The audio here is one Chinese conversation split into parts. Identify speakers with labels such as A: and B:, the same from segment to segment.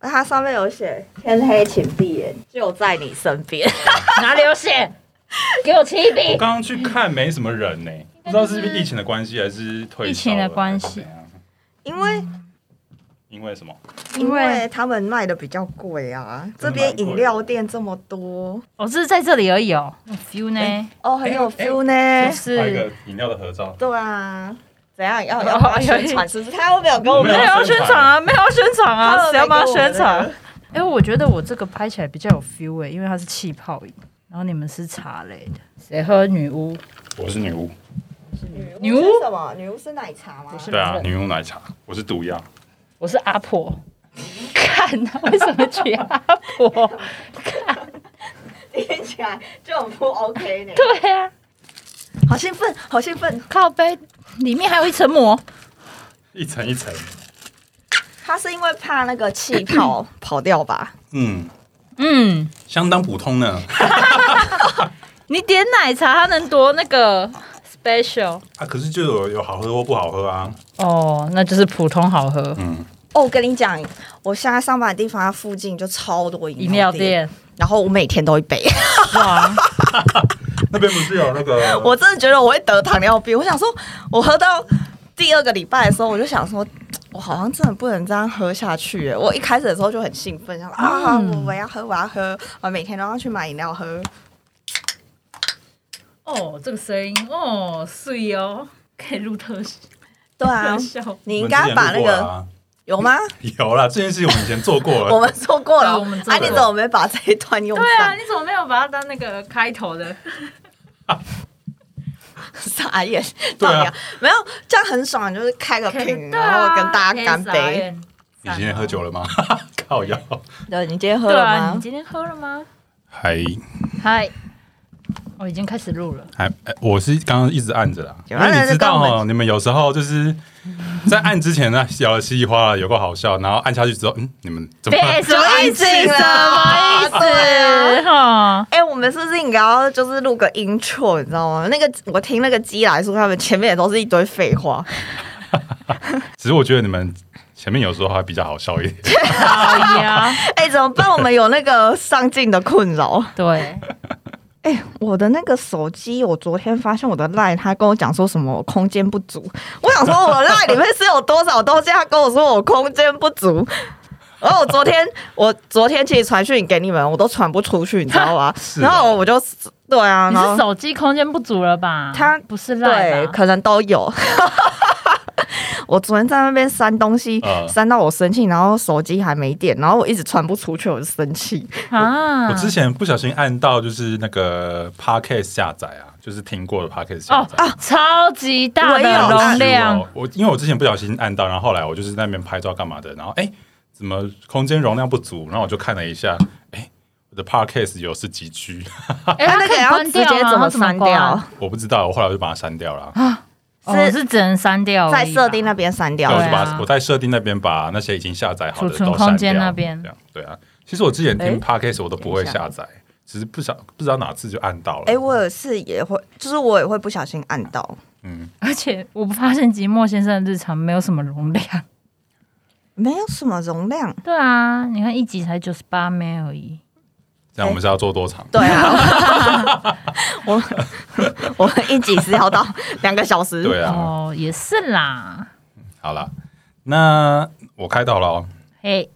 A: 它上面有写“天黑请闭眼，就在你身边
B: 哪里有写？给我七
C: 我
B: 笔。
C: 刚刚去看没什么人呢、不知道是不是疫情的关系还是退烧了
B: 疫情的关系
C: 还是怎样”，
A: 因为
C: 因为什么？
A: 嗯因
B: 因为
A: 为他们卖的比较贵啊，这
C: 真的蛮贵的
A: 边饮料店这么多
B: 我、哦是在这里而已哦。我 feel 呢？
C: 哎
A: 哦，很有
C: 哎哎
A: feel 呢。
B: 就
C: 还有一
B: 是
C: 个饮料的合照，
A: 对啊，哎怎样 要要帮他宣传是不是？他又没有跟我
C: 我
B: 哦没
A: 们
B: 有要宣传啊，没有要宣传
A: 他
B: 啊，
A: 们
B: 谁要帮他
A: 没给我
B: 宣
A: 们
B: 传
A: 那个？
B: 哎、我觉得我这个拍起来比较有 feel 哎、因为它是气泡饮，然后你们是茶类的。谁喝女巫？
C: 我是女巫，
A: 女
B: 女
A: 巫
B: 巫
A: 是什么？女巫是奶茶吗
B: 不？是
C: 对啊，女巫奶茶，我是毒药，
B: 我是阿婆。看、啊，为什么取阿婆？
A: 听起来就很不 OK 呢。
B: 对啊，
A: 好兴奋，好兴奋！
B: 靠背里面还有一层膜。
C: 一层一层，
A: 他是因为怕那个气泡跑掉 吧？
C: 嗯，
B: 嗯，
C: 相当普通呢。
B: 你点奶茶，它能多那个 special
C: 啊，可是就有有好喝或不好喝啊，
B: 哦，那就是普通好喝
C: 嗯，
A: 哦，我跟你讲，我现在上班的地方它附近就超多饮
B: 饮料店，
A: 然后我每天都一杯。
B: 哇，
C: 那边不是有那个
A: 我真的觉得我会得糖尿病。我想说，我喝到第二个礼拜的时候，我就想说，我好像真的不能这样喝下去耶。我一开始的时候就很兴奋，想说啊，
B: 嗯
A: 我要喝，我要喝，我每天都要去买饮料喝。
B: 哦，这个声音哦，碎哦，可以录特效，
A: 对啊，
B: 效。
A: 你应该把那个、
C: 啊
A: 有吗？
C: 有啦，这件事情我们以前做过
A: 我
C: 了，
A: 们做过了，
B: 对我们做
A: 啊，
B: 过
A: 你怎么没把这一段用
B: 对啊，
A: 上？
B: 你怎么没有把它当那个开头的？
A: 傻眼，
C: 对
A: 到
C: 啊
A: 底要没有这样很爽，就是开个瓶，
B: 对啊
A: 然后跟大家干杯。。
C: 你今天喝酒
B: 了？
C: 了吗？ 靠腰，
A: 对，你今天喝
B: 对
A: 了
B: 啊，你
A: 吗？
B: 今天喝了吗？
C: 还
B: 嗨，我已经开始录了。
C: 还、呃我是刚刚一直按着啦，因
A: 有啊
C: 为你知道
A: 那就跟我
C: 哦，你们有时候就是在按之前呢，聊的稀里哗啦，有个好笑，然后按下去之后，嗯，你们怎么？
A: 什么意思
B: 什么意
A: 对
B: 思？哈，
A: 哎、我们是不是应该要就是录个 intro，你知道吗？那个我听那个鸡来说，他们前面也都是一堆废话。
C: 只是我觉得你们前面有时候还比较好笑一点，
B: 好呀，
A: 哎、怎么办？我们有那个上镜的困扰。
B: 对，
A: 哎、我的那个手机，我昨天发现我的 line，他跟我讲说什么空间不足。我想说，我 line 里面是有多少东西？他跟我说我空间不足。然后我昨天，我昨天其实传讯给你们，我都传不出去，你知道吧？
C: 是
A: 然
C: 啊
A: 后我就对啊，
B: 你
A: 然后
B: 是手机空间不足了吧？
A: 它
B: 不是赖
A: 对，
B: 吧？
A: 可能都有。 我昨天在那边删东西，
C: 嗯
A: 删到我生气，然后手机还没电，然后我一直传不出去，我就生气。
B: 啊，
A: 嗯
C: 我之前不小心按到就是那个 podcast 下载啊，就是听过的 podcast 下
B: 哦
C: 载。
B: 啊，超级大
A: 我有
B: 的容量，
C: 我因为我之前不小心按到，然后后来我就是在那边拍照干嘛的，然后哎、怎么空间容量不足？然后我就看了一下，哎、我的 podcast 有是几 G，
B: 哎，
A: 那
B: 它
A: 那
B: 可
A: 个
B: 以
A: 要
B: 关
A: 直
B: 掉
A: 接
B: 吗
A: 怎
B: 它
A: 么
B: 怎么
A: 删
B: 关
A: 掉？
C: 我不知道，我后来我就把它删掉了。啊
B: 哦，
A: 是
B: 是只能删掉而已吧，
A: 在设定那边删掉
C: 对，我
A: 了
C: 就
B: 对啊
C: 把我在设定那边把那些已经下载好的
B: 储存
C: 都删掉
B: 空间那边
C: 这样对啊。其实我之前
A: 诶
C: 听 podcast 我都不会
A: 等一下
C: 下载，只是不想不知道哪次就按到了。
A: 哎、我有次也会，就是我也会不小心按到，
C: 嗯，
B: 而且我发现即墨先生的日常没有什么容量。
A: 没有什么容量。
B: 对啊，你看一集才九十八枚而已。
C: 这样我们是要做多长？
A: 对啊， 我我们一集是要到两个小时。
C: 对啊，
B: 哦，也是啦。
C: 好了，那我开到了哦。
B: 嘿，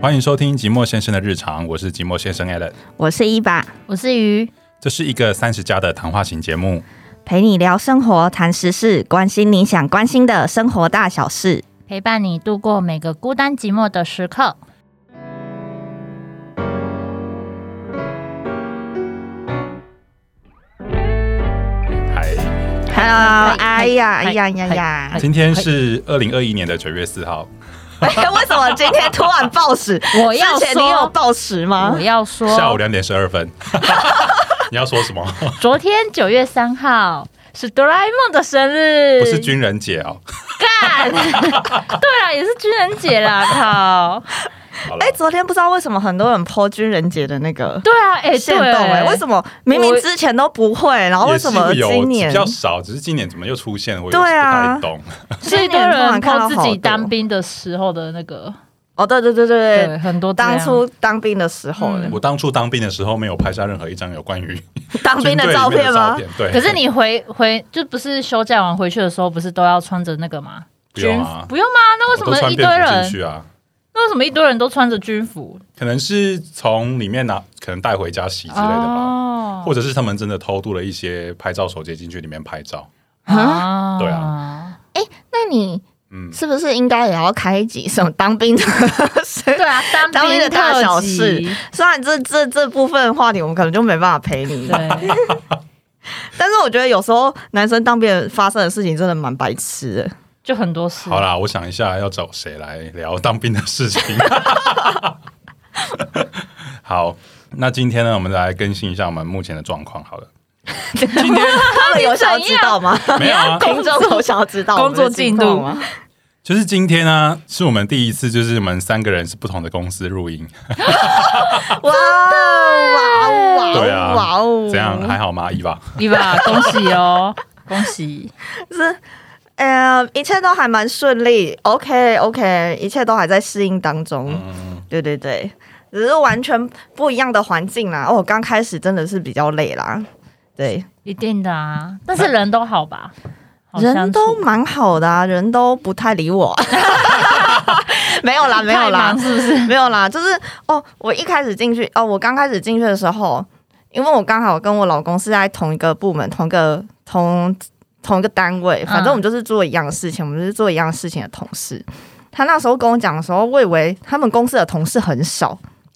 C: 欢迎收听寂寞先生的日常，我是寂寞先生 Allen，
A: 我是一把，
B: 我是鱼。
C: 这是一个三十加的谈话型节目。
A: 陪你聊生活、谈时事，关心你想关心的生活大小事。
B: 陪伴你度过每个孤单寂寞的时刻。
C: 嗨，
A: Hello，哎呀
B: 嗨
A: 哎呀呀呀！
C: 今天是二零二一年的九月四号，
A: 哎 为什么今天突然暴食？
B: 我要
A: 之前你有
B: 说，
A: 暴食吗
B: 我？要
C: 下午
B: 说，
C: 两点十二分。 你要说什么？
B: 昨天九月三号是哆啦 A 梦的生日，
C: 不是军人节哦。
B: 干，对啦，也是军人节啦，靠，
C: 好了
A: 哎、，昨天不知道为什么很多人剖军人节的那个
B: 对啊，哎、
A: 限
B: 对、
A: 动哎、为
B: 么？
A: 什么明明之前都不会，然后啊为
C: 也
A: 什
C: 是
A: 么
C: 有
A: 今
C: 只
A: 年
C: 比较少，只是今年怎么又出现了？我也是不
A: 对啊
C: 太懂。
B: 是一堆
A: 今年突然
B: 人
A: 看到
B: 靠自
A: 好
B: 己
A: 多
B: 当兵的时候的那个，
A: 哦，对对对对
D: 对，
A: 对，
D: 很多这样
A: 当初当兵的时候、
D: 嗯
C: 我当初当兵的时候没有拍下任何一张有关于
A: 当兵
C: 军队
A: 的
C: 里
A: 照
C: 面
A: 片
C: 的
A: 吗
C: 照？片。 对，
B: 可是你回回就不是休假完回去的时候，不是都要穿着那个吗？
C: 不用啊
B: 不用吗？那为什
C: 我都
B: 么
C: 穿
B: 一堆
C: 便服进
B: 人？
C: 去啊？
B: 那为什么一堆人都穿着军服
C: 可能是从里面拿，可能带回家洗之类的吧。
B: 哦
C: 或者是他们真的偷渡了一些拍照手机进去里面拍照，
B: 啊
C: 对
B: 啊，
A: 那你
C: 嗯，
A: 是不是应该也要开一集什么当兵的事？
B: 对啊，
A: 当兵的大
B: 特
A: 小
B: 辑
A: 事 虽然这这这部分话题我们可能就没办法陪你，
B: 对，
A: 但是我觉得有时候男生当兵发生的事情真的蛮白痴的。
B: 就很多事。
C: 好啦，我想一下要找谁来聊当兵的 事情。好，那今天呢，我们来更新一下我们目前的状况。好了，
A: 他们有想要知道 吗？
C: 没有啊，
A: 听众有哦想要知道
D: 工作
A: 我们的
D: 进
A: 情
D: 度
A: 况吗？
C: 就是今天呢、是我们第一次，就是我们三个人是不同的公司录音，
A: 哇哦哇哦
C: 对
A: 哇
C: 啊
A: 哦哇哦！
C: 怎样？还好吗？伊娃，
B: 伊娃，恭喜哦，恭喜！
A: 是，呃，一切都还蛮顺利，OK OK，一切都还在适应当中。
C: 嗯，
A: 对对对，只是完全不一样的环境啦。哦，刚开始真的是比较累啦，对，
B: 一定的啊，但是人都好吧？好相处
A: 人都蛮好的、啊，人都不太理 我。没有啦，没有
B: 太
A: 啦
B: 忙，是不 是？
A: 没有啦，就是哦，我一开始进去哦，我刚开始进去的时候，因为我刚好跟我老公是在同一个部门、同一个同同一个单位，反正我们就是做一样的事情，我们就是做一样的事情的同事。他那时候跟我讲的时候，我以为他们公司的同事很少，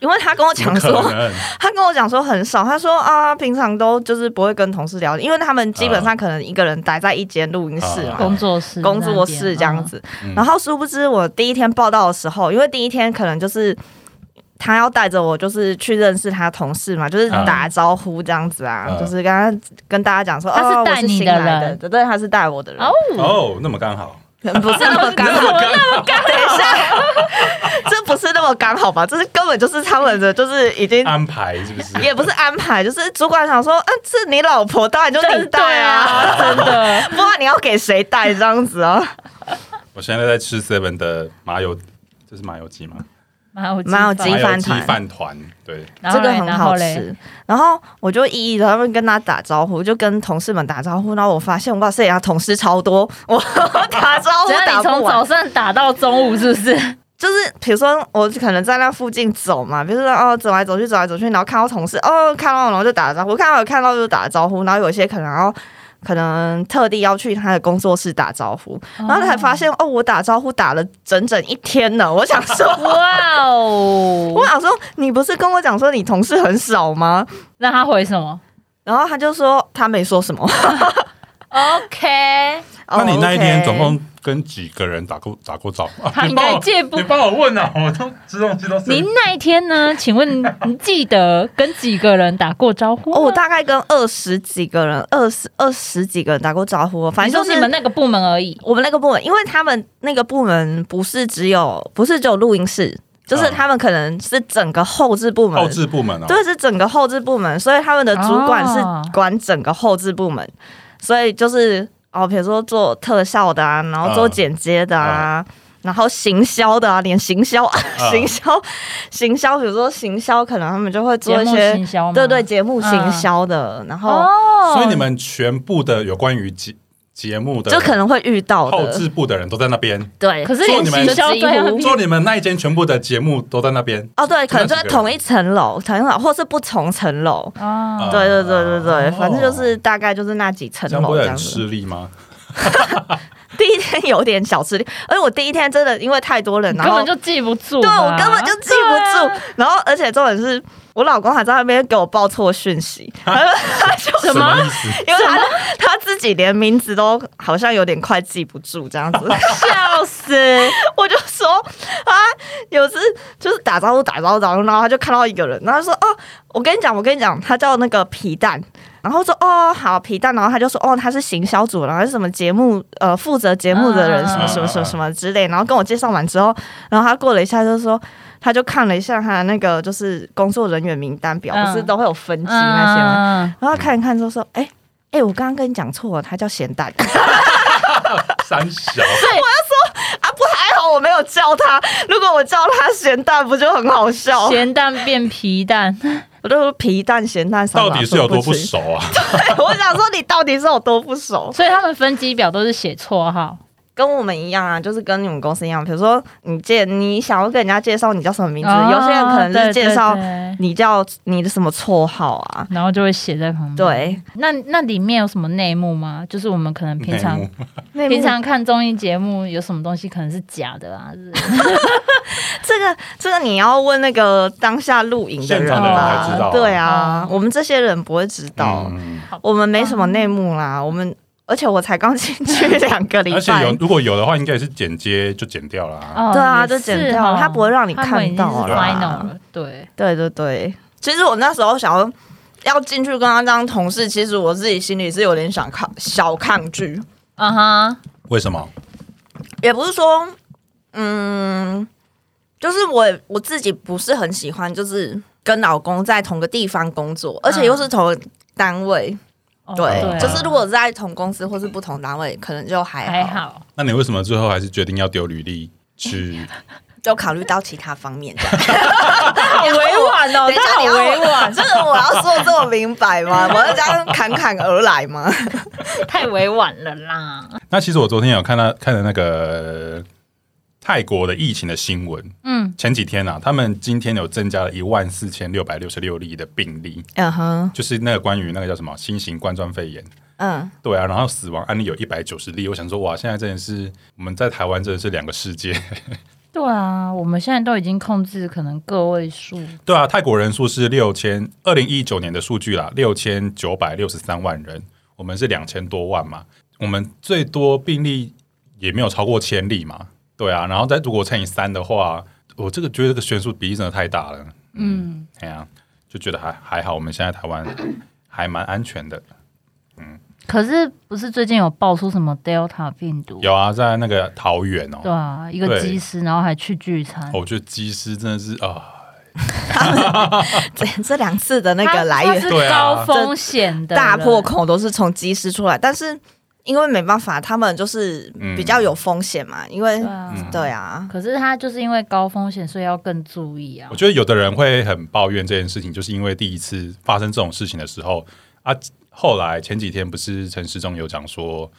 A: 因为他跟我
C: 怎么
A: 讲
C: 可
A: 说，
C: 能？
A: 他跟我讲说很少，他说啊，平常都就是不会跟同事聊，因为他们基本上可能一个人待在一间录音室嘛
C: 啊，
B: 工作室，
A: 工作室这样
B: 嗯。
A: 子。
C: 嗯
A: 然后殊不知，我第一天报道的时候，因为第一天可能就是他要带着我，就是去认识他同事嘛，就是
C: 嗯
A: 打招呼这样子啊，
C: 嗯
A: 就是跟他跟大家讲说，
B: 他是
A: 哦，我
B: 带
A: 是
B: 你
A: 新
B: 的
A: 来的，
B: 人
A: 对，他是带我的人，
B: 哦，
C: 哦，那么 刚好，
A: 可 能不是那么刚好，那么刚好，等一下，这不是那么刚好吧？这是根本就是他们的，就是已经。
C: 安排是不是？
A: 也不是安排，就是主管想说，啊，这你老婆当然就你带啊，
B: 对啊，真的。
A: 不然你要给谁带这样子啊？
C: 我现在在吃 Seven 的麻油，这是麻油鸡吗？
B: 蛮有
A: 蛮有鸡
C: 麻
A: 饭
C: 油鸡
A: 团
C: 饭团，对，
B: 然后
A: 这
B: 嘞
A: 个很
B: 然后
A: 好
B: 嘞
A: 吃。然后我就一一的他们跟他打招呼，就跟同事们打招呼。然后我发现，哇塞，他同事超多，我 打招呼
B: 只要
A: 打
B: 哦你
A: 不
B: 从早
A: 完。
B: 上打到中午，是不是？
A: 就是比如说，我可能在那附近走嘛，比如说哦，走来走去，走来走去，然后看到同事，哦，看到我然后就打招呼，看到有看到就打招呼。然后有些可能要。可能特地要去他的工作室打招呼，然后才发现哦，我打招呼打了整整一天呢。我想说，
B: 哇哦
A: 我！想说，你不是跟我讲说你同事很少吗？
B: 让他回什么
A: 然后他就说他没说什 么。
B: ？OK，
C: 那你那一天总
A: 哦
C: 共跟几个人打过打过 招呼？啊
B: 他
C: 你
B: 应
C: 帮
B: 该
C: 我
B: 戒不
C: 你帮我问啊，我都这东西都是
B: 您那一天呢？请问你记得跟几个人打过招呼吗？
A: ，OK 哦我大概跟二十几个人、二十二十几个人打过招呼，反
B: 你
A: 正
B: 说
A: 就是
B: 你们那个部门而已。
A: 我们那个部门，因为他们那个部门不是只有不是只有录音室，就是
C: 嗯
A: 他们可能是整个后置部门。
C: 后置部门哦，
A: 对，是整个后置部门，所以他们的主管
B: 哦
A: 是管整个后置部门，所以就是哦，比如说做特效的啊，然后做
C: 嗯
A: 剪接的啊，然后行销的啊，连行销、
C: 嗯
A: 行销、行销，比如说行销，可能他们就会
B: 节
A: 做一
B: 目
A: 些
B: 行销吗
A: 对对，节目行销的，然后
B: 哦，
C: 所以你们全部的有关于节节目的
A: 就可能会遇到
C: 后
A: 的，
C: 置部的人都在那边，
A: 对，
B: 可是
C: 做
B: 连
C: 你们
B: 行销
A: 就
B: 对
A: 直呼
B: 啊
C: 做你们那一间全部的节目都在那边。
A: 哦对，可能就在
C: 就那几个人
A: 同一层楼、同一层楼，或是不同层楼。
B: 啊
C: 啊
A: 对对对对对，
C: 哦
A: 反正就是大概就是那几层
C: 这样不
A: 楼这
C: 会
A: 样
C: 很
A: 子。
C: 吃力吗？
A: 第一天有点小吃力，而且我第一天真的因为太多人，然
B: 根
A: 后
B: 本就记不住
A: 对
B: 嘛。
A: 我根本就记不住，
B: 对啊
A: 然后而且重点是我老公还在那边给我报错讯息，他就
C: 什么意思？
A: 因为他他自己连名字都好像有点快记不住这样子，
B: 笑死！
A: 我就说啊，有次就是打招呼打招呼打招呼，然后他就看到一个人，然后他说哦，我跟你讲，我跟你讲，他叫那个皮蛋。然后说哦好皮蛋，然后他就说哦他是行销组，然后是什么节目呃负责节目的人
B: 嗯
A: 什么什么什么什么之类，然后跟我介绍完之后，然后他过了一下就说他就看了一下他那个就是工作人员名单表，
B: 嗯
A: 不是都会有分级那些吗？
B: 嗯，
A: 然后他看一看，就说：“哎、哎、我刚刚跟你讲错了，他叫咸蛋 啊，
C: 三 小，
A: 不还好我没有叫他，如果我叫他咸蛋，不就很好笑？
B: 哦咸蛋变皮蛋，
A: 我就说皮蛋咸蛋，
C: 到底是有多不
A: 熟？
C: 熟啊？
A: 我想说你到底是有多不熟，
B: 所以他们分级表都是写绰号。
A: 跟我们一样啊，就是跟你们公司一样。比如说你介，你想要跟人家介绍你叫什么名字，
B: 哦
A: 有些人可能是
B: 对
A: 介绍
B: 对对
A: 你叫你的什么绰号啊。”
B: 然后就会写在旁边。，
A: 对，
B: 那那里面有什么内幕吗？就是我们可能平常
C: 内幕
B: 平常看综艺节目有什么东西可能是假的啊？是
A: 这个这个你要问那个当下录影的
C: 现
A: 人
C: 场
B: 的人才
A: 吧，
C: 知道啊
A: 对啊
B: 哦，
A: 我们这些人不会知道。
C: 嗯
A: 我们没什么内幕啦，
B: 哦
A: 我们而且我才刚进去两个礼
C: 而且有
A: 拜，
C: 如果有的话，应该也是剪接就剪掉了啊。
B: 哦
A: 对啊
B: 也
A: 就是剪掉了
B: 哦
A: 他不会让你看到
B: 他
A: 啊
B: 们已经是 final 了。对，
A: 对对对。其实我那时候想要要进去跟他当同事，其实我自己心里是有点想抗小抗拒，
B: 啊哈，
C: 为什么？
A: 也不是说，嗯，就是我我自己不是很喜欢，就是跟老公在同个地方工作，而且又是同单位，
B: 嗯哦
A: 对，
B: 啊
A: 就是如果在同公司或是不同单位，可能就还
B: 还
A: 好，
B: 好，
C: 那你为什么最后还是决定要丢履历 去？
A: 就考虑到其他方面。
B: 好委婉哦
A: 等一下你要我。 这个我要说这么明白 吗？我要这样侃侃而来吗？
B: 太委婉了啦。
C: 那其实我昨天有看到看了那个泰国的疫情的新闻，
B: 嗯，
C: 前几天啊，他们今天有增加了一万四千六百六十六例的病例，
A: 嗯哼，
C: 就是那个关于那个叫什么新型冠状肺炎。
A: 嗯，
C: 对啊，然后死亡案例有一百九十例，我想说哇，现在真的是我们在台湾真的是两个世界。
B: 对啊，我们现在都已经控制可能个位数，
C: 对啊，泰国人数是六千，二零一九年的数据啦，六千九百六十三万人，我们是两千多万嘛，我们最多病例也没有超过千例嘛，对啊，然后再如果乘以三的话，我这个觉得这个悬殊比例真的太大了，
B: 嗯，
C: 哎呀、就觉得还还好，我们现在台湾还蛮安全的。
B: 可是不是最近有爆出什么 Delta 病毒？
C: 有啊，在那个桃园
B: 对
C: 哦，
B: 啊，一个
C: 对
B: 机师，然后还去聚餐，
C: 我觉得机师真的是啊，
A: 这这两次的那
B: 它
A: 个来
B: 它
A: 源
B: 是
C: 对啊
B: 高风险的人，
A: 大破口都是从机师出来，但是因为没办法，他们就是比较有风险嘛，因为
B: 对啊。
C: 嗯
A: 对啊，
B: 可是他就是因为高风险，所以要更注意啊
C: 我。觉得有的人会很抱怨这件事情，就是因为第一次发生这种事情的时候啊，后来前几天不是陈时中有讲说，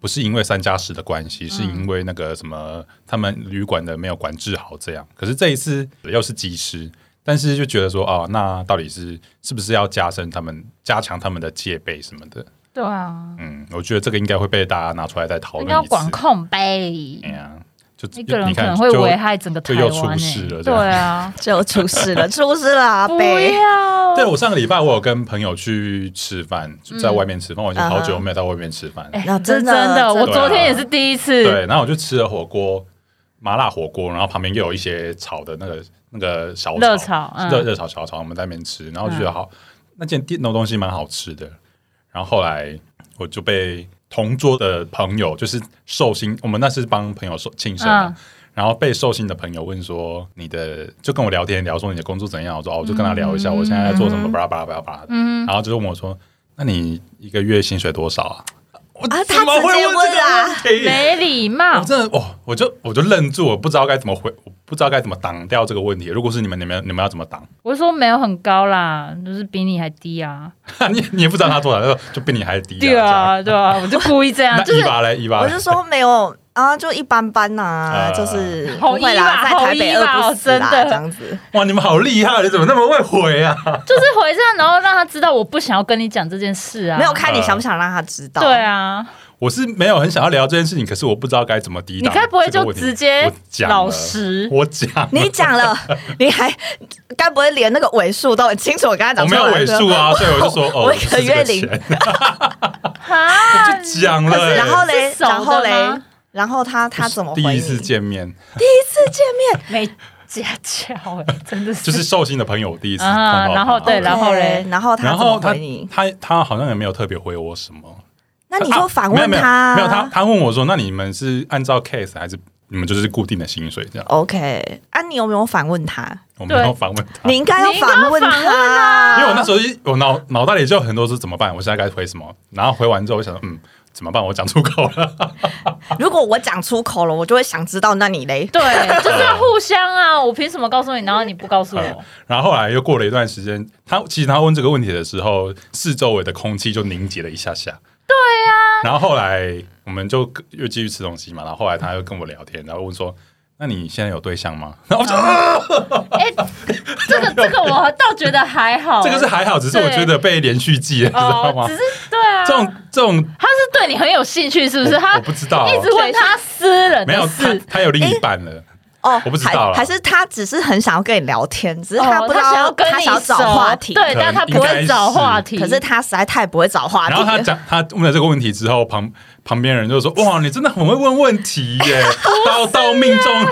C: 不是因为三加十的关系，是
B: 嗯
C: 因为那个什么他们旅馆的没有管制好这样。可是这一次又是技师，但是就觉得说啊，那到底是是不是要加深他们加强他们的戒备什么的？
B: 对啊，
C: 嗯，我觉得这个应该会被大家拿出来再讨
B: 应
C: 论
B: 该要
C: 一次
B: 管。控呗。
C: 哎呀，就
B: 一个人
C: 你
B: 可
C: 看
B: 能会
C: 就
B: 危害整个台
C: 就
B: 湾、
C: 又
B: 欸，
C: 出事了这
B: 对
C: 样
B: 啊，
A: 就出事了，出事了 啊，
B: 不
A: 贝。
B: 要。
C: 对，我上个礼拜我有跟朋友去吃饭，在外面吃饭，我已经好久没有在外面吃饭。
B: 嗯哎
A: 那
B: 这
A: 真
B: 真
A: 的真
B: 的，
A: 的
B: 我昨天也是第一次。
C: 啊对，然后我就吃了火锅，麻辣火锅，然后旁边又有一些炒的那个那个小
B: 热炒嗯
C: 热热炒小炒，我们在那边吃，然后就觉得好，那间店那东西蛮好吃的。然后后来我就被同桌的朋友，就是寿星，我们那是帮朋友寿庆生嘛。
B: 嗯
C: 然后被寿星的朋友问说：“你的就跟我聊天，聊说你的工作怎样？”我说：“哦，我就跟他聊一下，我现在在做什么，巴拉巴拉巴拉巴拉。”
B: 嗯，
C: 然后就问我说：“那你一个月薪水多少啊？”我
A: 啊
C: 怎么
A: 他直
C: 会
A: 接
C: 问这
A: 问啊
C: 个问题？
B: 没礼貌
C: 我。真的哦，我就我就愣住，我不知道该怎么回，我不知道该怎么挡掉这个问题。如果是你们，你们你们要怎么挡？
B: 我就说没有很高啦，就是比你还低啊。
C: 你你也不知道他多少，就就比你还低、
B: 对啊，对啊，我就故意这
C: 这
B: 样，
C: 样，
B: 就
C: 那一
B: 是
C: 把嘞，一把
A: 我
C: 嘞
A: 是说没有啊，就一般般呐
C: 啊，
A: 就是
B: 好
A: 不会啦，
B: 一吧
A: 在台北
B: 好一吧
A: 饿不死啦，
B: 真的
A: 这样子。
C: 哇，你们好厉害，你怎么那么会回啊？
B: 就是回这样，然后让他知道我不想要跟你讲这件事啊。
A: 没有看你想不想让他知道？
B: 对啊，
C: 我是没有很想要聊这件事情，可是我不知道该怎么抵
B: 你
C: 挡。
B: 该不会就直接
C: 讲了
B: 老实？
C: 我讲了，
A: 你讲 了，你还该不会连那个尾数都很清楚？我刚才
C: 我
A: 讲
C: 没
A: 出
C: 有
A: 来
C: 尾
A: 的
C: 数啊，所以我就说哦，
A: 我一个月领
C: 是这个钱
B: 啊，
C: 我就讲了
A: 可是
C: 欸。
A: 然后嘞
B: 是，熟的
A: 然后嘞
B: 吗，
A: 然后他他怎么回
C: 第
A: 你？
C: 一次见面，
B: 没家教
A: 欸
B: 哎，真的是
C: 就是寿星的朋友，我第一次碰到
B: 啊
C: 他
B: 然后对
A: OK，
B: 然后嘞
A: 然后他
C: 然
A: 怎
C: 后
A: 么
C: 他
A: 回你？
C: 他他好像也没有特别回我什么。
A: 那你就反
C: 啊
A: 问
C: 没有
A: 他啊，
C: 没有没有他他问我说：“那你们是按照 case 还是你们就是固定的薪水这样
A: OK 啊？你有没有反问他？？”
C: 我没有反问他，
A: 你应啊该要
B: 你应该要
A: 反问
B: 反问
A: 他，
C: 因为我那时候一我脑脑袋里就有很多是怎么办，我现在该回什么？然后回完之后，我想说嗯，怎么办？我讲出口了，
A: 如果我讲出口了，我就会想知道那你嘞。
B: 对，就是要互相啊！
C: 嗯
B: 我凭什么告诉你，然后你不告诉我？
C: 然后后来又过了一段时间，他其实他问这个问题的时候，四周围的空气就凝结了一下下。
B: 啊
C: 对呀、然后后来我们就又继续吃东西嘛，然后后来他又跟我聊天，然后问说：“那你现在有对象吗？” 然后我
B: 哦
C: 就、啊
B: 哎，这个这个我倒觉得还好，
C: 这个是还好，只是我觉得被连续记了，你知道
B: 哦
C: 吗，
B: 只？是对啊，
C: 这种这种
B: 他是对你很有兴趣，是不是？
C: 我
B: 他
C: 我不知道
B: 一直问他私人
C: 没有
B: 的
C: 他
B: 事，
C: 他有另一半了。
A: 哦，
C: 我不知道啦
A: 还还是他只是很想要跟你聊天，只是他
B: 哦
A: 不知道、
B: 想要跟
A: 他
B: 你
A: 想要找
B: 熟
A: 话题，
B: 对，
C: 可能
B: 但他不会找话题。
A: 可是他实在太不会找
B: 啊
A: 话题
C: 然
A: 了。
C: 后他讲，他问了这个问题之后，旁旁边人就说：“哇，你真的很会问问 题耶，
B: 啊
C: 到到命中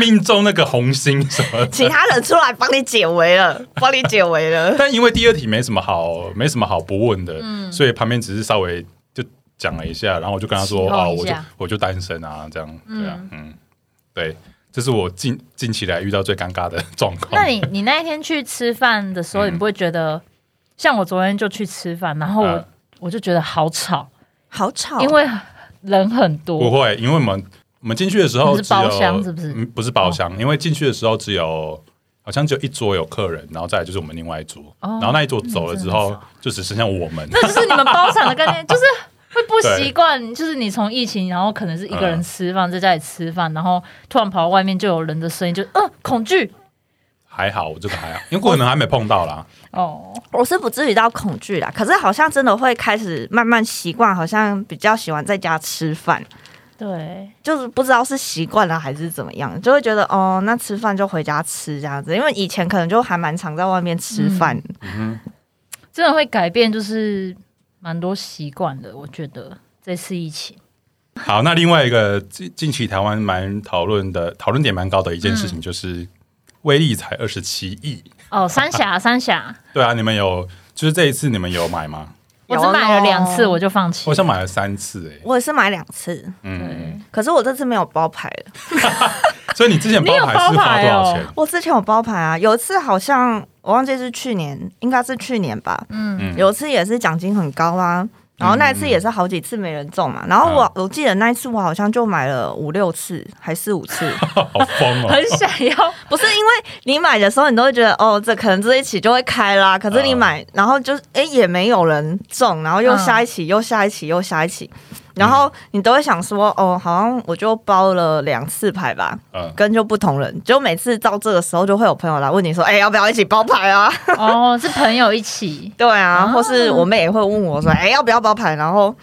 C: 命中那个红心什么的。
A: 其他人出来帮你解围 了，帮你解围”了。
C: 但因为第二题没什么好没什么好不问的，
B: 嗯
C: 所以旁边只是稍微就讲了一下，然后我就跟他说：“
B: 起哄
C: 啊，
B: 一
C: 我就
B: 下
C: 我就单身啊，这样对啊，嗯，对，这是我近近期来遇到最尴尬的状况。
B: 那你你那一天去吃饭的时候，
C: 嗯
B: 你不会觉得像我昨天就去吃饭，然后
C: 嗯
B: 我我就觉得好吵，
A: 好吵，
B: 因为人很
C: 不
B: 多，
C: 会，因为我们我们进去的时候
B: 你是
C: 只有
B: 包厢是不是哦
C: 嗯不是包厢，因为进去的时候只有好像只有一桌有客人，然后再来就是我们另外一桌，
B: 哦
C: 然后那一桌走了
B: 嗯
C: 之
B: 真
C: 后
B: 的很
C: 就只剩下我们。
B: 那就是你们包场的概 念，就是会不习惯，就是你从疫情，然后可能是一个人吃
C: 嗯
B: 饭，在家里吃饭，然后突然跑到外面就有人的声音，就嗯恐惧
C: 还好，我这个还好，因为可能还没碰到啦。
B: 哦，
A: 我是不至于到恐惧啦，可是好像真的会开始慢慢习惯，好像比较喜欢在家吃饭，
B: 对，
A: 就是不知道是习惯了还是怎么样，就会觉得哦，那吃饭就回家吃这样子，因为以前可能就还蛮常在外面吃饭，
B: 嗯真的会改变，就是蛮多习惯的，我觉得这次疫情。
C: 好，那另外一个近近期台湾蛮讨论的，讨论点蛮高的一件事情就是威力才二十七亿，
B: 哦，三 峡，三峡，
C: 对啊，你们有就是这一次你们有买吗？
B: 我
A: 有
B: 只买了
A: 咯
B: 两次，我就放弃
C: 我。想买了三次哎、
A: 我也是买两次，
C: 嗯，
A: 可是我这次没有包牌了。
C: 所以你之前
B: 你有
C: 牌是
B: 包
C: 花
B: 牌
C: 多少
B: 哦
C: 钱？
A: 我之前有包牌啊，有一次好像我忘记是去年，应该是去年吧。
B: 嗯
C: 嗯
A: 有一次也是奖金很高啊，然后那一次也是好几次没人中嘛。然后我、
C: 嗯
A: 我记得那一次我好像就买了五六次，还四五次。
C: 好疯哦！
B: 很想要，
A: 不是因为你买的时候，你都会觉得哦，这可能这一期就会开啦。可是你买，
C: 嗯
A: 然后就是哎、也没有人中，然后又下一期，又下一期，又下一期，然后你都会想说哦，好像我就包了两次牌吧。
C: 嗯，
A: 跟就不同人，就每次到这个时候，就会有朋友来问你说：“哎、要不要一起包牌啊，
B: 哦，是朋友一起？”
A: 对啊，
B: 啊
A: 或是我妹也会问我说：“哎、要不要包牌？”然后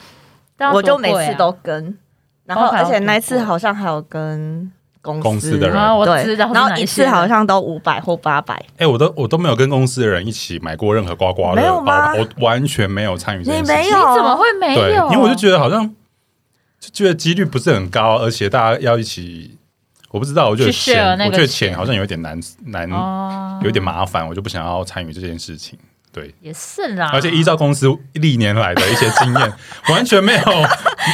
B: 但要
A: 我就
B: 多贵
A: 每
B: 啊
A: 次都跟，然后
B: 包牌
A: 而
B: 要
A: 且那一次
B: 多贵
A: 好像还有跟公司
C: 公司的人
B: 啊，我
A: 对，
B: 知道是
A: 然后
B: 哪
A: 一
B: 些
A: 次
B: 人
A: 好像都五百或八百。
C: 哎、我都我都没有跟公司的人一起买过任何刮刮乐，
A: 没有吗
C: 包我完全没有参与这件
A: 你
C: 事情。
A: 没有
B: 你怎么会没
C: 对
B: 有？，
C: 因为我就觉得好像就觉得几率不是很高，而且大家要一起，我不知道，我觉得
B: 去 share
C: 钱，
B: 那个
C: 我觉得
B: 钱
C: 钱好像有点难难，
B: 哦，
C: 有点麻烦，我就不想要参与这件事情。对，
B: 也是啦，
C: 而且依照公司历年来的一些经验，完全没有，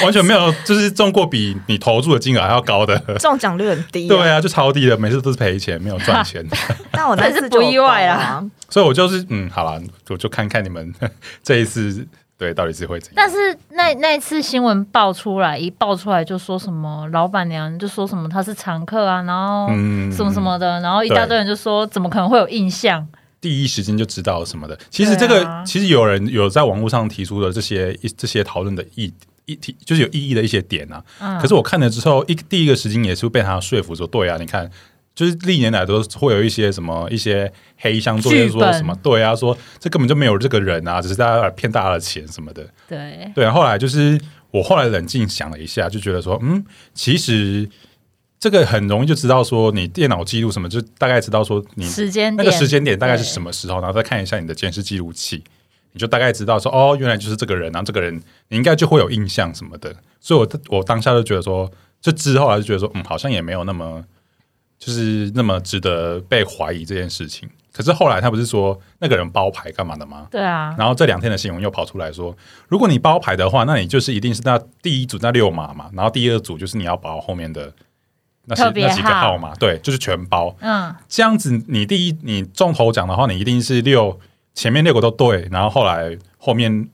C: 完全没有，就是中过比你投注的金额还要高的。
A: 中奖率很低、
C: 对，啊，就超低的，每次都是赔钱，没有赚钱。
A: 但我那次就有
B: 真是不意外啦
A: 包啊。
C: 所以我就是嗯，好啦，我就看看你们 这一次对到底是会怎样。
B: 但是那那一次新闻爆出来，一爆出来就说什么老板娘就说什么她是常客啊，然后
C: 嗯
B: 什么什么的，然后一大堆人就说怎么可能会有印象？
C: 第一时间就知道什么的。其实这
B: 对
C: 个，
B: 啊
C: 其实有人有在网络上提出的这些一这些讨论的意议题，就是有意义的一些点啊。
B: 嗯
C: 可是我看了之后，一第一个时间也是被他说服说，对啊，你看。就是历年来都会有一些什么一些黑箱作业，
B: 剧
C: 说
B: 本
C: 什么对啊，说这根本就没有这个人啊，只是大家来骗大家的钱什么的。
B: 对，
C: 对，后来就是我后来冷静想了一下，就觉得说，嗯，其实这个很容易就知道说你电脑记录什么，就大概知道说你
B: 时间
C: 那
B: 点
C: 个时间点大概是什么时候，然后再看一下你的监视记录器，你就大概知道说哦，原来就是这个人，然后这个人你应该就会有印象什么的。所以我我当下就觉得说，这之后啊就觉得说，嗯，好像也没有那么就是那么值得被怀疑这件事情。可是后来他不是说那个人包牌干嘛的吗？
B: 对啊，
C: 然后这两天的新闻又跑出来说，如果你包牌的话，那你就是一定是那第一组那六码嘛，然后第二组就是你要包后面的那些
B: 特别
C: 那几个
B: 号
C: 号码，对，就是全包。
B: 嗯，
C: 这样子，你第一你中头奖的话，你一定是六前面六个都对，然后后来后面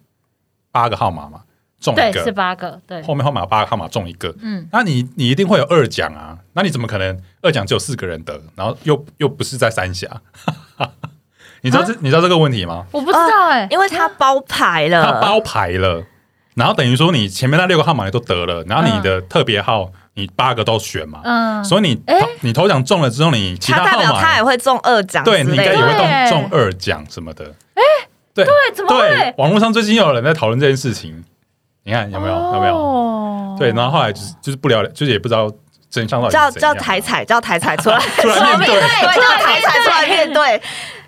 C: 八个号码嘛中一
B: 对，是
C: 个，
B: 八个，对，
C: 后面号码八个号码中一个，
B: 嗯，
C: 那你你一定会有二奖啊，那你怎么可能二奖只有四个人得，然后又又不是在三峡？ 你知道这、
A: 啊
C: 你知道这个问题吗？
B: 我不知道
C: 啊
B: 哎、
A: 因为他包牌
C: 他
A: 了，
C: 包牌了，然后等于说你前面那六个号码你都得了，然后你
A: 啊
C: 的特别号你八个都选嘛，
B: 嗯，
C: 所以你、
B: 哎
C: 你头奖中了之后，你其
A: 他代
C: 号
A: 表
C: 码
A: 他也会中二奖之
C: 对你应
A: 类
C: 该也
A: 的。
C: 会
B: 对
C: 中中二奖什么的。哎、对
B: 对，怎么会
C: 对？，网络上最近又有人在讨论这件事情，你看有没有、
B: 哦
C: 有没有？
B: 有
C: 对，然后后来就是就是不了了，就是也不知道真相到底
A: 叫
C: 是怎
A: 叫
C: 样啊
A: 台彩，叫台彩出来，
C: 出来面对。
B: 哎
A: 对，叫台彩出来面对。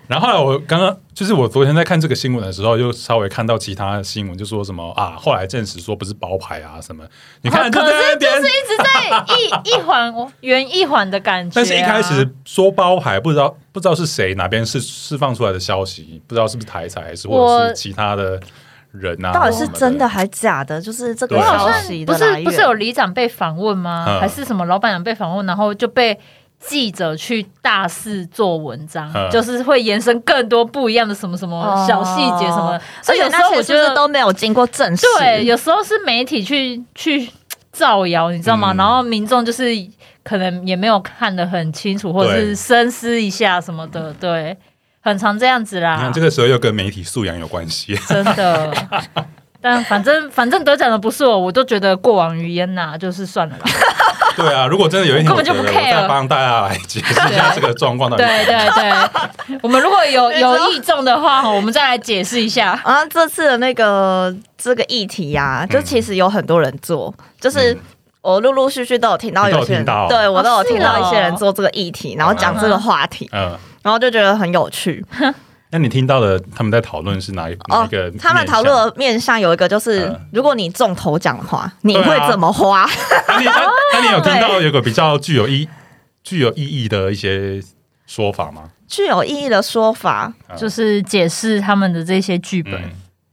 C: 然后后来我刚刚就是我昨天在看这个新闻的时候，又稍微看到其他新闻，就说什么啊，后来证实说不是包牌啊什么。你看，就
B: 哦可
C: 在那
B: 是就
C: 边
B: 是一直在一一环哦圆一环的感觉、啊。
C: 但是一开始说包牌，不知道不知道是谁哪边是释放出来的消息，不知道是不是台彩还是或者
B: 我
C: 是其他的人啊，
A: 到底
C: 什
A: 是
C: 么
A: 真的还假的？就是这个
C: 对
B: 我
C: 啊
B: 好
A: 消
B: 像
A: 息的
B: 不
A: 来源。
B: 是不是有里长被访问吗？
C: 嗯
B: 还是什么老板娘被访问，然后就被记者去大肆做文章，
C: 嗯
B: 就是会延伸更多不一样的什么什么小细节什么的。哦所以有时
A: 那
B: 候
A: 些
B: 我觉得
A: 都没有经过证实。
B: 对，有时候是媒体去去造谣，你知道吗？
C: 嗯
B: 然后民众就是可能也没有看得很清楚，或者
C: 对
B: 是深思一下什么的，对，很常这样子啦。
A: 啊
C: 你看这个时候又跟媒体素养有关系。
B: 真 的。但反正反正得奖的不是我，我都觉得过往于焉呐、就是算了啦。
C: 对啊，如果真的有一天
B: 我根本就不
C: 觉得我
A: 啊
B: care
C: 再帮大家来解释一下这个状况到底
B: 对
C: 是怎么样。
B: 对 对，我们如果有有意中的话，我们再来解释一下。
A: 啊，这次的那个这个议题呀、就其实有很多人做，就是
C: 嗯
A: 我陆陆续续都有听到
C: 你都有
A: 有些人，
C: 听到哦
A: 对我都有听到
B: 哦
A: 一些人做这个议题，然后讲这个话题，
C: 嗯，
A: 然后就觉得很有趣。
C: 那你听到的他们在讨论是哪一哪一个面向？
A: 哦他们讨论的面向有一个就是，
C: 嗯
A: 如果你中头奖的话，你
C: 对啊
A: 会怎么花？
C: 那啊你 那那你有听到有个比较具有意具有意义的一些说法吗？
A: 具有意义的说法。
C: 嗯
B: 就是解释他们的这些剧本，
C: 嗯，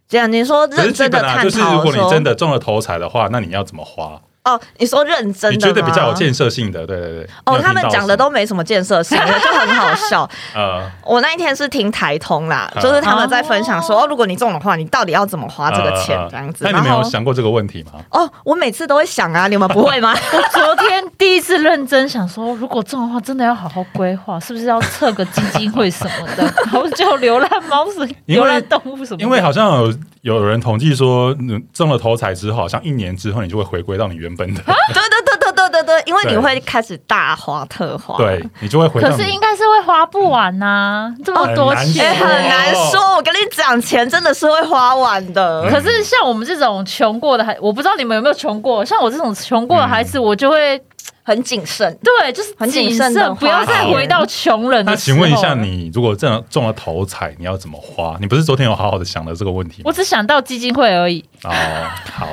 A: 这样你说
C: 可是
A: 认
C: 基
A: 真的
C: 本啊，
A: 探
C: 就是如
A: 讨
C: 果
A: 说，
C: 你真的中了头彩的话，那你要怎么花？
A: 哦，你说认真的
C: 你觉得比较有
A: 吗
C: 建设性的，对对对。你
A: 哦，
C: 有
A: 他们
C: 听到
A: 讲的
C: 什么
A: 都没什么建设性， 就很好笑。
C: 呃，
A: 我那一天是听台通啦，
C: 嗯
A: 就是他们在分享说，哦，如果你中的话，你到底要怎么花这个钱
C: 呃呃
A: 这样子。
C: 那你
A: 然
C: 们有
A: 后
C: 想过这个问题吗？
A: 哦，我每次都会想啊，你们不 会吗？
B: 我昨天第一次认真想说，如果中的话，真的要好好规划，是不是要测个基金会什么 的，然后就流浪猫是
C: 因为
B: 流浪动物什么的
C: 因为好像有有人统计说，嗯中了头彩之后，好像一年之后你就会回归到你原本 的，
A: 对对对对对对对，因为
C: 对
A: 你会开始大花特花。
C: 对你就会回到
B: 可
C: 你。
B: 是应该是会花不完呐、这么多
A: 哎。
B: 钱。
A: 很难
C: 哦
A: 说，我跟你讲，钱真的是会花完
C: 嗯
A: 的。
B: 可是像我们这种穷过的孩，我不知道你们有没有穷过。像我这种穷过的孩
C: 嗯
B: 子，我就会
A: 很谨慎。
B: 对，就是
A: 很谨
B: 谨
A: 慎地
B: 慎，不要
A: 花
B: 再
C: 钱
B: 回到穷人的
C: 那
B: 时
C: 请
B: 候
C: 问一
B: 了
C: 下，
A: 哦
C: 你如果真的中了头彩，你要怎么花？你不是昨天有好好的想了这个问题吗
B: 我？只想到基金会而已，
C: 哦，好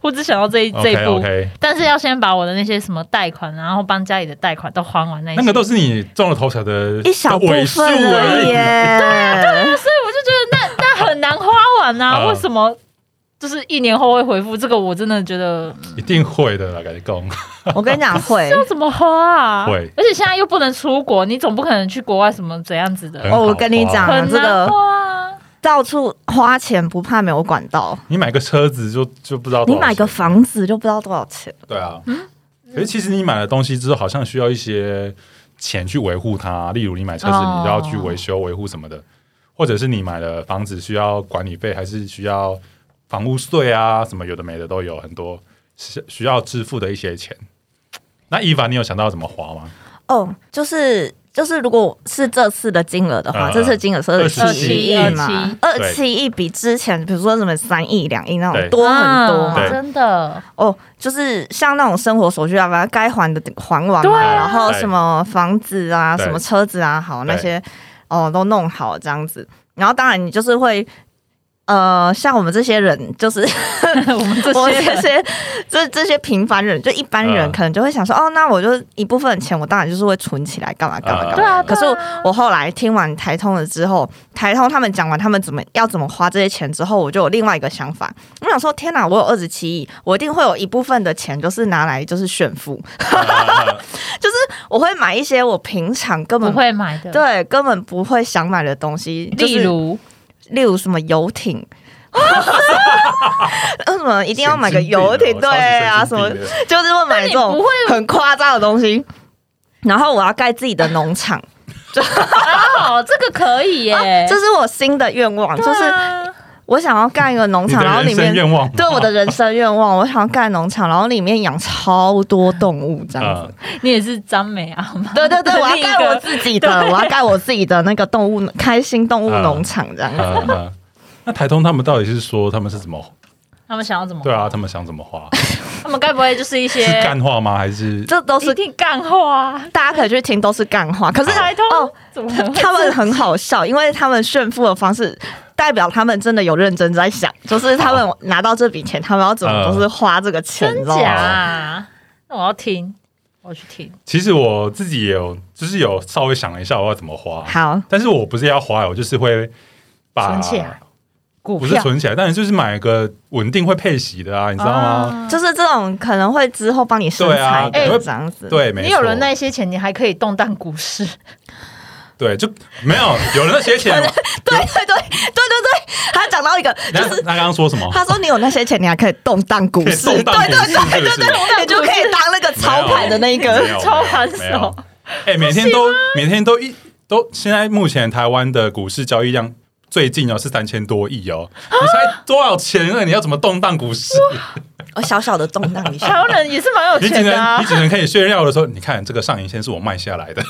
B: 我只想到这一这一
C: ，OK
B: 步。
C: OK，
B: 但是要先把我的那些什么贷款，然后帮家里的贷款都还完那些。
C: 那个都是你中了头彩的
A: 一小部
C: 的尾数
A: 分而已耶，啊
B: 所以我就觉得那那很难花完呐、
C: 啊
B: 为什么？就是一年后会回复这个，我真的觉 得
C: 一定会的啦，感觉公
A: 我跟你讲会
B: 要怎么花啊？
C: 会
B: 而且现在又不能出国，你总不可能去国外什么怎样子的，
C: 很
A: 哦，我跟你讲啊，
B: 很
A: 这
B: 难
A: 个
B: 花啊。
A: 到处花钱不怕没有管道，
C: 你买个车子就就不知道
A: 你
C: 多少钱，
A: 买个房子就不知道多少钱。
C: 对啊，
A: 嗯
C: 可是其实你买了东西之后，好像需要一些钱去维护它，例如你买车子，
B: 哦
C: 你就要去维修维护什么的，或者是你买了房子需要管理费，还是需要房屋税啊，什么有的没的都有很多需需要支付的一些钱。那伊凡，你有想到怎么花吗？
A: 哦，就是就是如果是这次的金额的话，
C: 嗯
A: 这次金额是二
C: 27
A: 七亿嘛，二
C: 对
A: 七亿比之前比如说什么三亿、两亿那
C: 对
A: 种多很多嘛
C: 对。
B: 啊真 的，
A: 哦，就是像那种生活所需啊，把它该还的还完
B: 对
A: 嘛，
B: 啊
A: 然后什么房子啊、
C: 对
A: 什么车子啊，好
C: 对
A: 那些哦都弄好这样子。然后当然你就是会。呃，像我们这些人，就是
B: 我们这
A: 我
B: 些
A: 这
B: 人
A: 些这这些平凡人，就一般人，
C: 嗯
A: 可能就会想说，哦，那我就一部分钱，我当然就是会存起来，干嘛干嘛干嘛
C: 嗯。
B: 对啊，
A: 可是
B: 对
A: 我
B: 啊
A: 我后来听完台通了之后，台通他们讲完他们怎么要怎么花这些钱之后，我就有另外一个想法。我想说，天哪，我有二十七亿，我一定会有一部分的钱就是拿来就是炫富，就是我会买一些我平常根
B: 不
A: 本
B: 会买的，，
A: 对根本不会想买的东西，就是
B: 例 如
A: 例如什么游艇。 为什么 一
C: 一
A: 定要买个游艇？
C: 哦
A: 对啊，什么就是会买这
B: 那你
A: 种
B: 不会
A: 很夸张的东西。然后我要盖自己的农 场，
B: 哦，这个可以耶，
A: 啊这是我新的愿望，就
B: 对
A: 是
B: 啊
A: 我想要盖一个农
C: 你
A: 场，
C: 的
A: 然后
C: 人
A: 里
C: 生
A: 面
C: 愿望吗，
A: 对我的人生愿望，我想要盖农场，然后里面养超多动物这样子。
C: 嗯，
B: 你也是张美啊吗？
A: 对对对，我
B: 另一
A: 要
B: 个
A: 盖我自己的，我要盖我自己的那个动物开心动物农场这样子。
C: 嗯嗯那台通他们到底是说他们是怎么？
B: 他们想要怎么？
C: 对啊，他们想怎么花？
B: 他们该不会就是一
C: 是
B: 些
C: 干话吗？还是
A: 这都是
B: 一定干话啊？
A: 大家可以去听，都是干话。可是
C: 啊
B: 台通
A: 哦，
B: 怎么会
A: 他们很好笑，因为他们炫富的方式。代表他们真的有认真在想，就是他们拿到这笔钱，他们要怎么
C: 嗯
A: 就是花这个钱，你
B: 真
A: 知道
B: 假
A: 吗？
B: 啊？那我要听，我要去听。
C: 其实我自己也有，就是有稍微想了一下我要怎么花，
A: 好，
C: 但是我不是要花，我就是会把
B: 存起来，股
C: 不是存起来，但是就是买个稳定会配息的啊，你知道
B: 啊
C: 吗？
A: 就是这种可能会之后帮你生
C: 对啊
A: 财
C: 哎
A: 的这样子。
C: 对，没错，
D: 你有了那些钱，你还可以动荡股市，
C: 对就没有有了那些 钱，
A: 对对对对对对，他讲到一个，就
C: 那
A: 是
C: 他刚刚说什么？
A: 他说你有那些钱，你还可以动荡股
C: 哦可以
A: 市，
C: 动荡股
A: 对
C: 市是不是？
A: 对，你就可以当那个操盘的那一
C: 没有没
A: 个。
C: 有
B: 操盘手
C: 没有哎，每天
A: 哦
C: 都每天都一都，现在目前台湾的股市交易量最近哦是三千多亿哦，你猜多少钱呢？你要怎么动荡股市？
A: 我小小的动荡一
B: 台
A: 下，
B: 湾人也是蛮有
C: 你只
B: 钱的
C: 能
B: 啊
C: 你。只能可以炫耀的说，你看这个上影线是我卖下来的。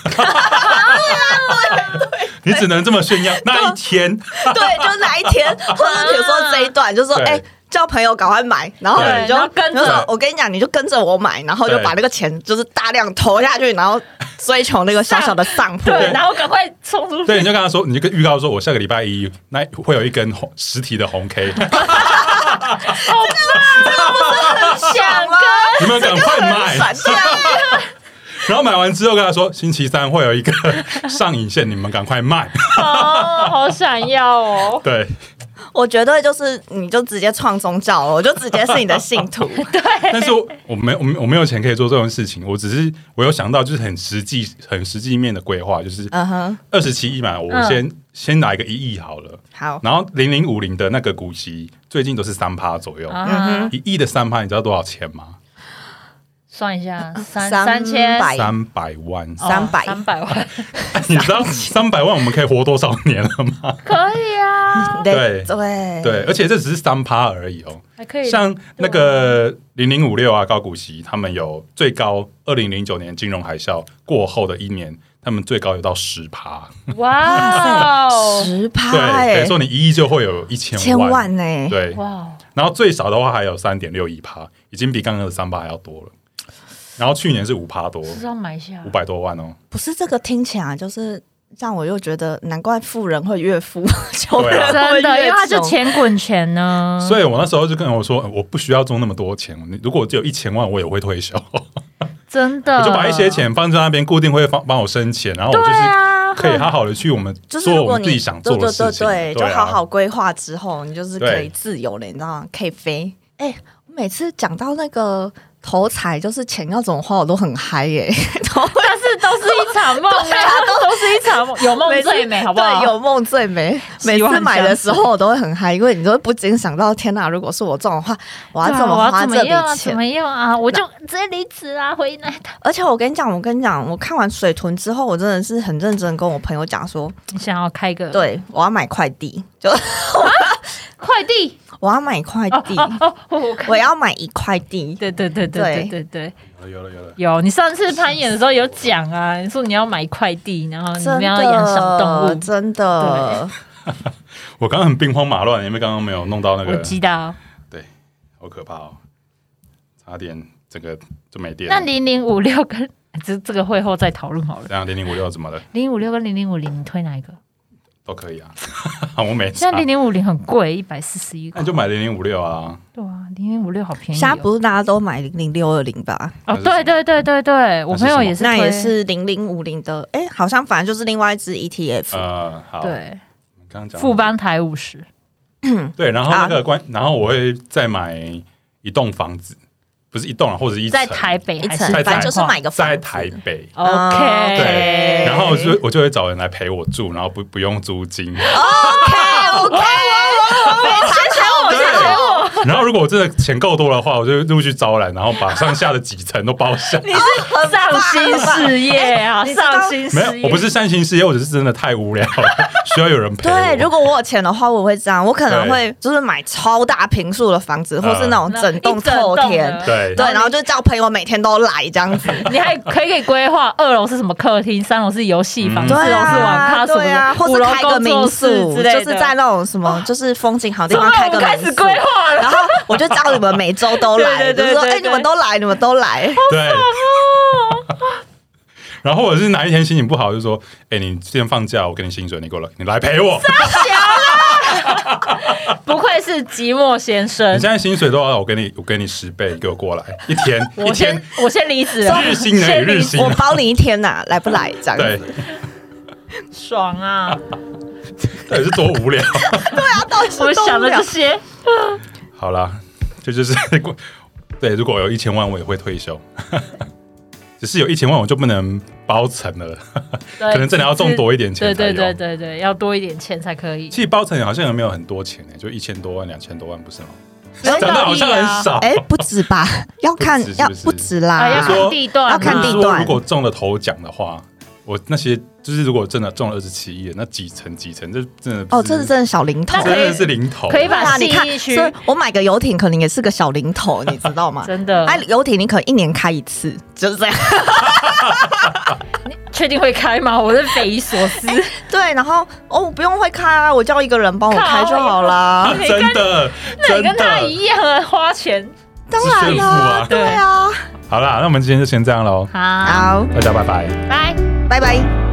C: 你只能这么炫耀那一天，
A: 对，就哪一天，或者比如说这一段，就说
C: 对
A: 哎。叫朋友赶快买，然后
C: 对
A: 你就
B: 然后跟
A: 你
B: 着
A: 就说我跟你讲，你就跟着我买，然后就
C: 对
A: 把那个钱就是大量投下去，然后追求那个小小的上坡。
B: 对，然后赶快冲出去。
C: 对，你就跟他说，你就跟预告说，我下个礼拜一那会有一根红实体的红 K，
B: 啊想
A: 啊
B: 跟
C: 你们赶快买。
A: 闪现
C: 然后买完之后跟他说，星期三会有一个上影线，你们赶快卖。！
B: 哦，好想要哦
C: 对，
A: 我觉得就是你就直接创宗教了，我就直接是你的信 徒。
C: 但是我我没我没我没有钱可以做这种事情，我只是我有想到就是很实际很实际面的规划，就是
A: 嗯哼，
C: 二十七亿嘛，我
B: 嗯
C: 先、先拿一个一亿好了。
A: 好，
C: 然后零零五零的那个股息最近都是三趴左右，
B: 啊，
C: 一亿的三趴，你知道多少钱吗？
B: 算一下，三
A: 三
B: 三千
A: 百哎
C: 三百万，
A: 哦300
B: 三百万，
C: 你知道三百万我们可以活多少年了吗？
B: 可以啊，
C: 对
A: 对
C: 对，而且这只是三趴而已哦。
B: 还可以。
C: 像那个零零五六啊，高股息，他们有最高二零零九年金融海啸过后的一年，他们最高有到十趴。
B: 哇哦，
A: 十趴
C: 对，等于
A: 哎，
C: 说你一亿就会有一千
A: 千
C: 万。
A: 万哎，
C: 对，
B: 哇哦，
C: 然后最少的话还有三点六一趴，已经比刚刚的三趴还要多了。然后去年是五趴多，
B: 是不是要买下
C: 五百多万哦。
A: 不是这个听起来就是让我又觉得，难怪富人会越富， 穷
C: 对啊
A: 人会
B: 真的，因为
A: 越
B: 它就
A: 穷。
B: 钱滚钱呢。
C: 所以我那时候就跟我说，呃我不需要中那么多钱，你如果我只有一千万，我也会退休，
A: 嗯
C: 我
B: 真的，
C: 就把一些钱放在那边，固定会帮帮我生钱，然后我就
B: 对
C: 是
B: 啊，
C: 可以好好的去我们
A: 就是
C: 做
A: 如
C: 我
A: 果
C: 们
A: 你
C: 自己想做的事情，
A: 对对对
C: 对
A: 对，
C: 啊
A: 就好好规划之后，你就是可
C: 对
A: 以自由了，你知道吗？可以飞。哎、我每次讲到那个头彩，就是钱要怎么花，我都很嗨欸耶、都会
B: 但是都是一场 梦
A: 对啊
B: 啊，都是一场梦，有梦最美，好不好？
A: 对，有梦最 美。
B: 希
A: 每
B: 望
A: 次买
B: 相
A: 的
B: 似
A: 时候，我都会很嗨，因为你都会不禁想到，天哪！如果是我中的话，我要
B: 对啊
A: 怎么
B: 我
A: 花
B: 要怎
A: 这
B: 么
A: 笔
B: 样啊？
A: 钱
B: 怎？么样啊？我就直接离职啊，回来。
A: 而且我跟你讲，我跟你讲，我看完水豚之后，我真的是很认真地跟我朋友讲说，
B: 你想要开个
A: 对我要买快递，就
B: 快递？
A: 我要买一块
B: 哦
A: 地，
B: 我
A: 我要买一块地。
B: 对对对对对对对，
C: 有了有了，
B: 有你上次攀岩的时候有讲啊，你说你要买一块地，然后你们要养小动物，
A: 真的，
C: 我刚刚很兵荒马乱，因为刚刚没有弄到那
B: 我
C: 个，
B: 知道。
C: 好可怕哦，差点整个就没电了。
B: 那零零五六跟这这个会后再讨论好了。
C: 这样零零五六怎么了？
B: 零五六跟零零五零，你推哪一个？
C: 都 可以啊，我没差
B: 现。在零零五零很贵，一百四十一
C: 那
B: 块
C: 你。就买零零五六啊，
B: 对啊，零零五六好便宜、
A: 现在
B: 哦。
A: 不是大家都买零零六二零吧？
B: 哦，对对对对对，我朋友也是推，
A: 那也是零零五零的，哎、好像反正就是另外一只 E ETF，、
C: 呃，好，
B: 对
C: 刚刚讲
B: 富邦台五十。
C: 对，然后那个关，然后我会再买一栋房子，不是一栋啊，或者一层
B: 在台北
A: 一
B: 还
A: 层
B: 是，
C: 在
A: 反正就是买个房
C: 在
A: 子
C: 台北。
B: OK，
A: 对
C: 然后我就我就会找人来陪我住，然后不不用租金。
A: 哦 OK OK，
B: 我先给我，
C: 然后如果我真的钱够多的话，我就陆续招揽，然后把上下的几层都 包下。
B: 上新事业啊，
A: 哎你知道
B: 上新
C: 没
B: 事业。
C: 有，我不是善心事业，我只是真的太无聊了，需要有人陪我。
A: 对，如果我有钱的话，我会这样，我可能
C: 对嗯
A: 会就是买超大平数的房子，或是那种
B: 那
A: 整栋
B: 一整
A: 透
B: 栋
A: 天，
B: 的
C: 对
A: 对，然后就叫朋友每天都来这样子，
B: 你还可以给规划，二楼是什么客厅，三楼是游戏房，
C: 嗯
B: 四楼
A: 对
B: 是网
A: 啊，
B: 咖什么
A: 对啊，
B: 的，
A: 或
B: 五
A: 是
B: 楼
A: 开个
B: 工
A: 民
B: 作室
A: 宿，
B: 之
A: 就
B: 类的。
A: 是在那种什么，就是风景好地
B: 怎
A: 方
B: 么
A: 开
B: 我
A: 个
B: 们开始
A: 民宿
B: 规。划了？
A: 然后我就叫你们每周都来，
B: 对
A: 就
B: 对
A: 是
B: 对
A: 说，
B: 对
A: 哎，
B: 对
A: 你们都来，你们都来，
C: 对，然后我是哪一天心情不好，就说：“哎、你今天放假，我给你薪水，你过来，你来陪我。
B: 不愧是寂寞先
C: 你
B: 生
C: 现，在薪水多少？我给你，我给你十倍，你给我过来一天，一
B: 我先
C: 天
B: 我先离职了，
C: 日薪能与日薪
A: 我包你一天呐，来不来？这样
C: 对
A: 子，，
B: 爽啊！
C: 到底是多无聊？
A: 他到底是
B: 我
A: 动
B: 想
A: 不
B: 的
A: 了
B: 这些，
C: 好啦，这就是 对。如果有一千万，我也会退休。 只是有一千万，我就不能包层了，可
B: 可
C: 能真的要种多一点钱
B: 呃对
C: 才有。
B: 对对对对，要多一点钱才可以。
C: 其实包层好像也没有很多钱呢、就一千多万、两千多万，不是吗？
B: 不用
C: 真的
B: 到
C: 好
B: 亿
C: 像
B: 啊
C: 很少。
A: 哎，不止吧？要看
C: 不止
A: 要
C: 是不是
A: 不止
B: 啊，要
A: 啦，
C: 说
B: 看地段啊，
A: 要看地
C: 就是说
A: 段
C: 如果中了头奖的话，我那些就是如果真的中了二十七亿，那几层几层，这真的不
A: 哦，这是真的小零头
B: 那。
C: 真
B: 可以
C: 的是零头，
B: 可以把
A: 对啊，你看
B: 信义，区
A: 所以我买个游艇可能也是个小零头，你知道吗？
B: 真的，
A: 哎，游艇你可能一年开一次，就是这样。
B: 确定会开吗？我是匪夷所思。
C: 哎
A: 对，然后哦，我不用会开啊，我叫一个人帮我开就好
C: 啊
A: 啦。
B: 每个人
C: 真的，
B: 那你
C: 真
B: 跟他
C: 的
B: 一样啊，花钱。
A: 当然
C: 炫富
A: 啦、
C: 啊
A: 对啊。
C: 好啦，那我们今天就先这样喽，
B: 好，
A: 好，
C: 大家拜拜。
B: 拜。
A: 拜拜。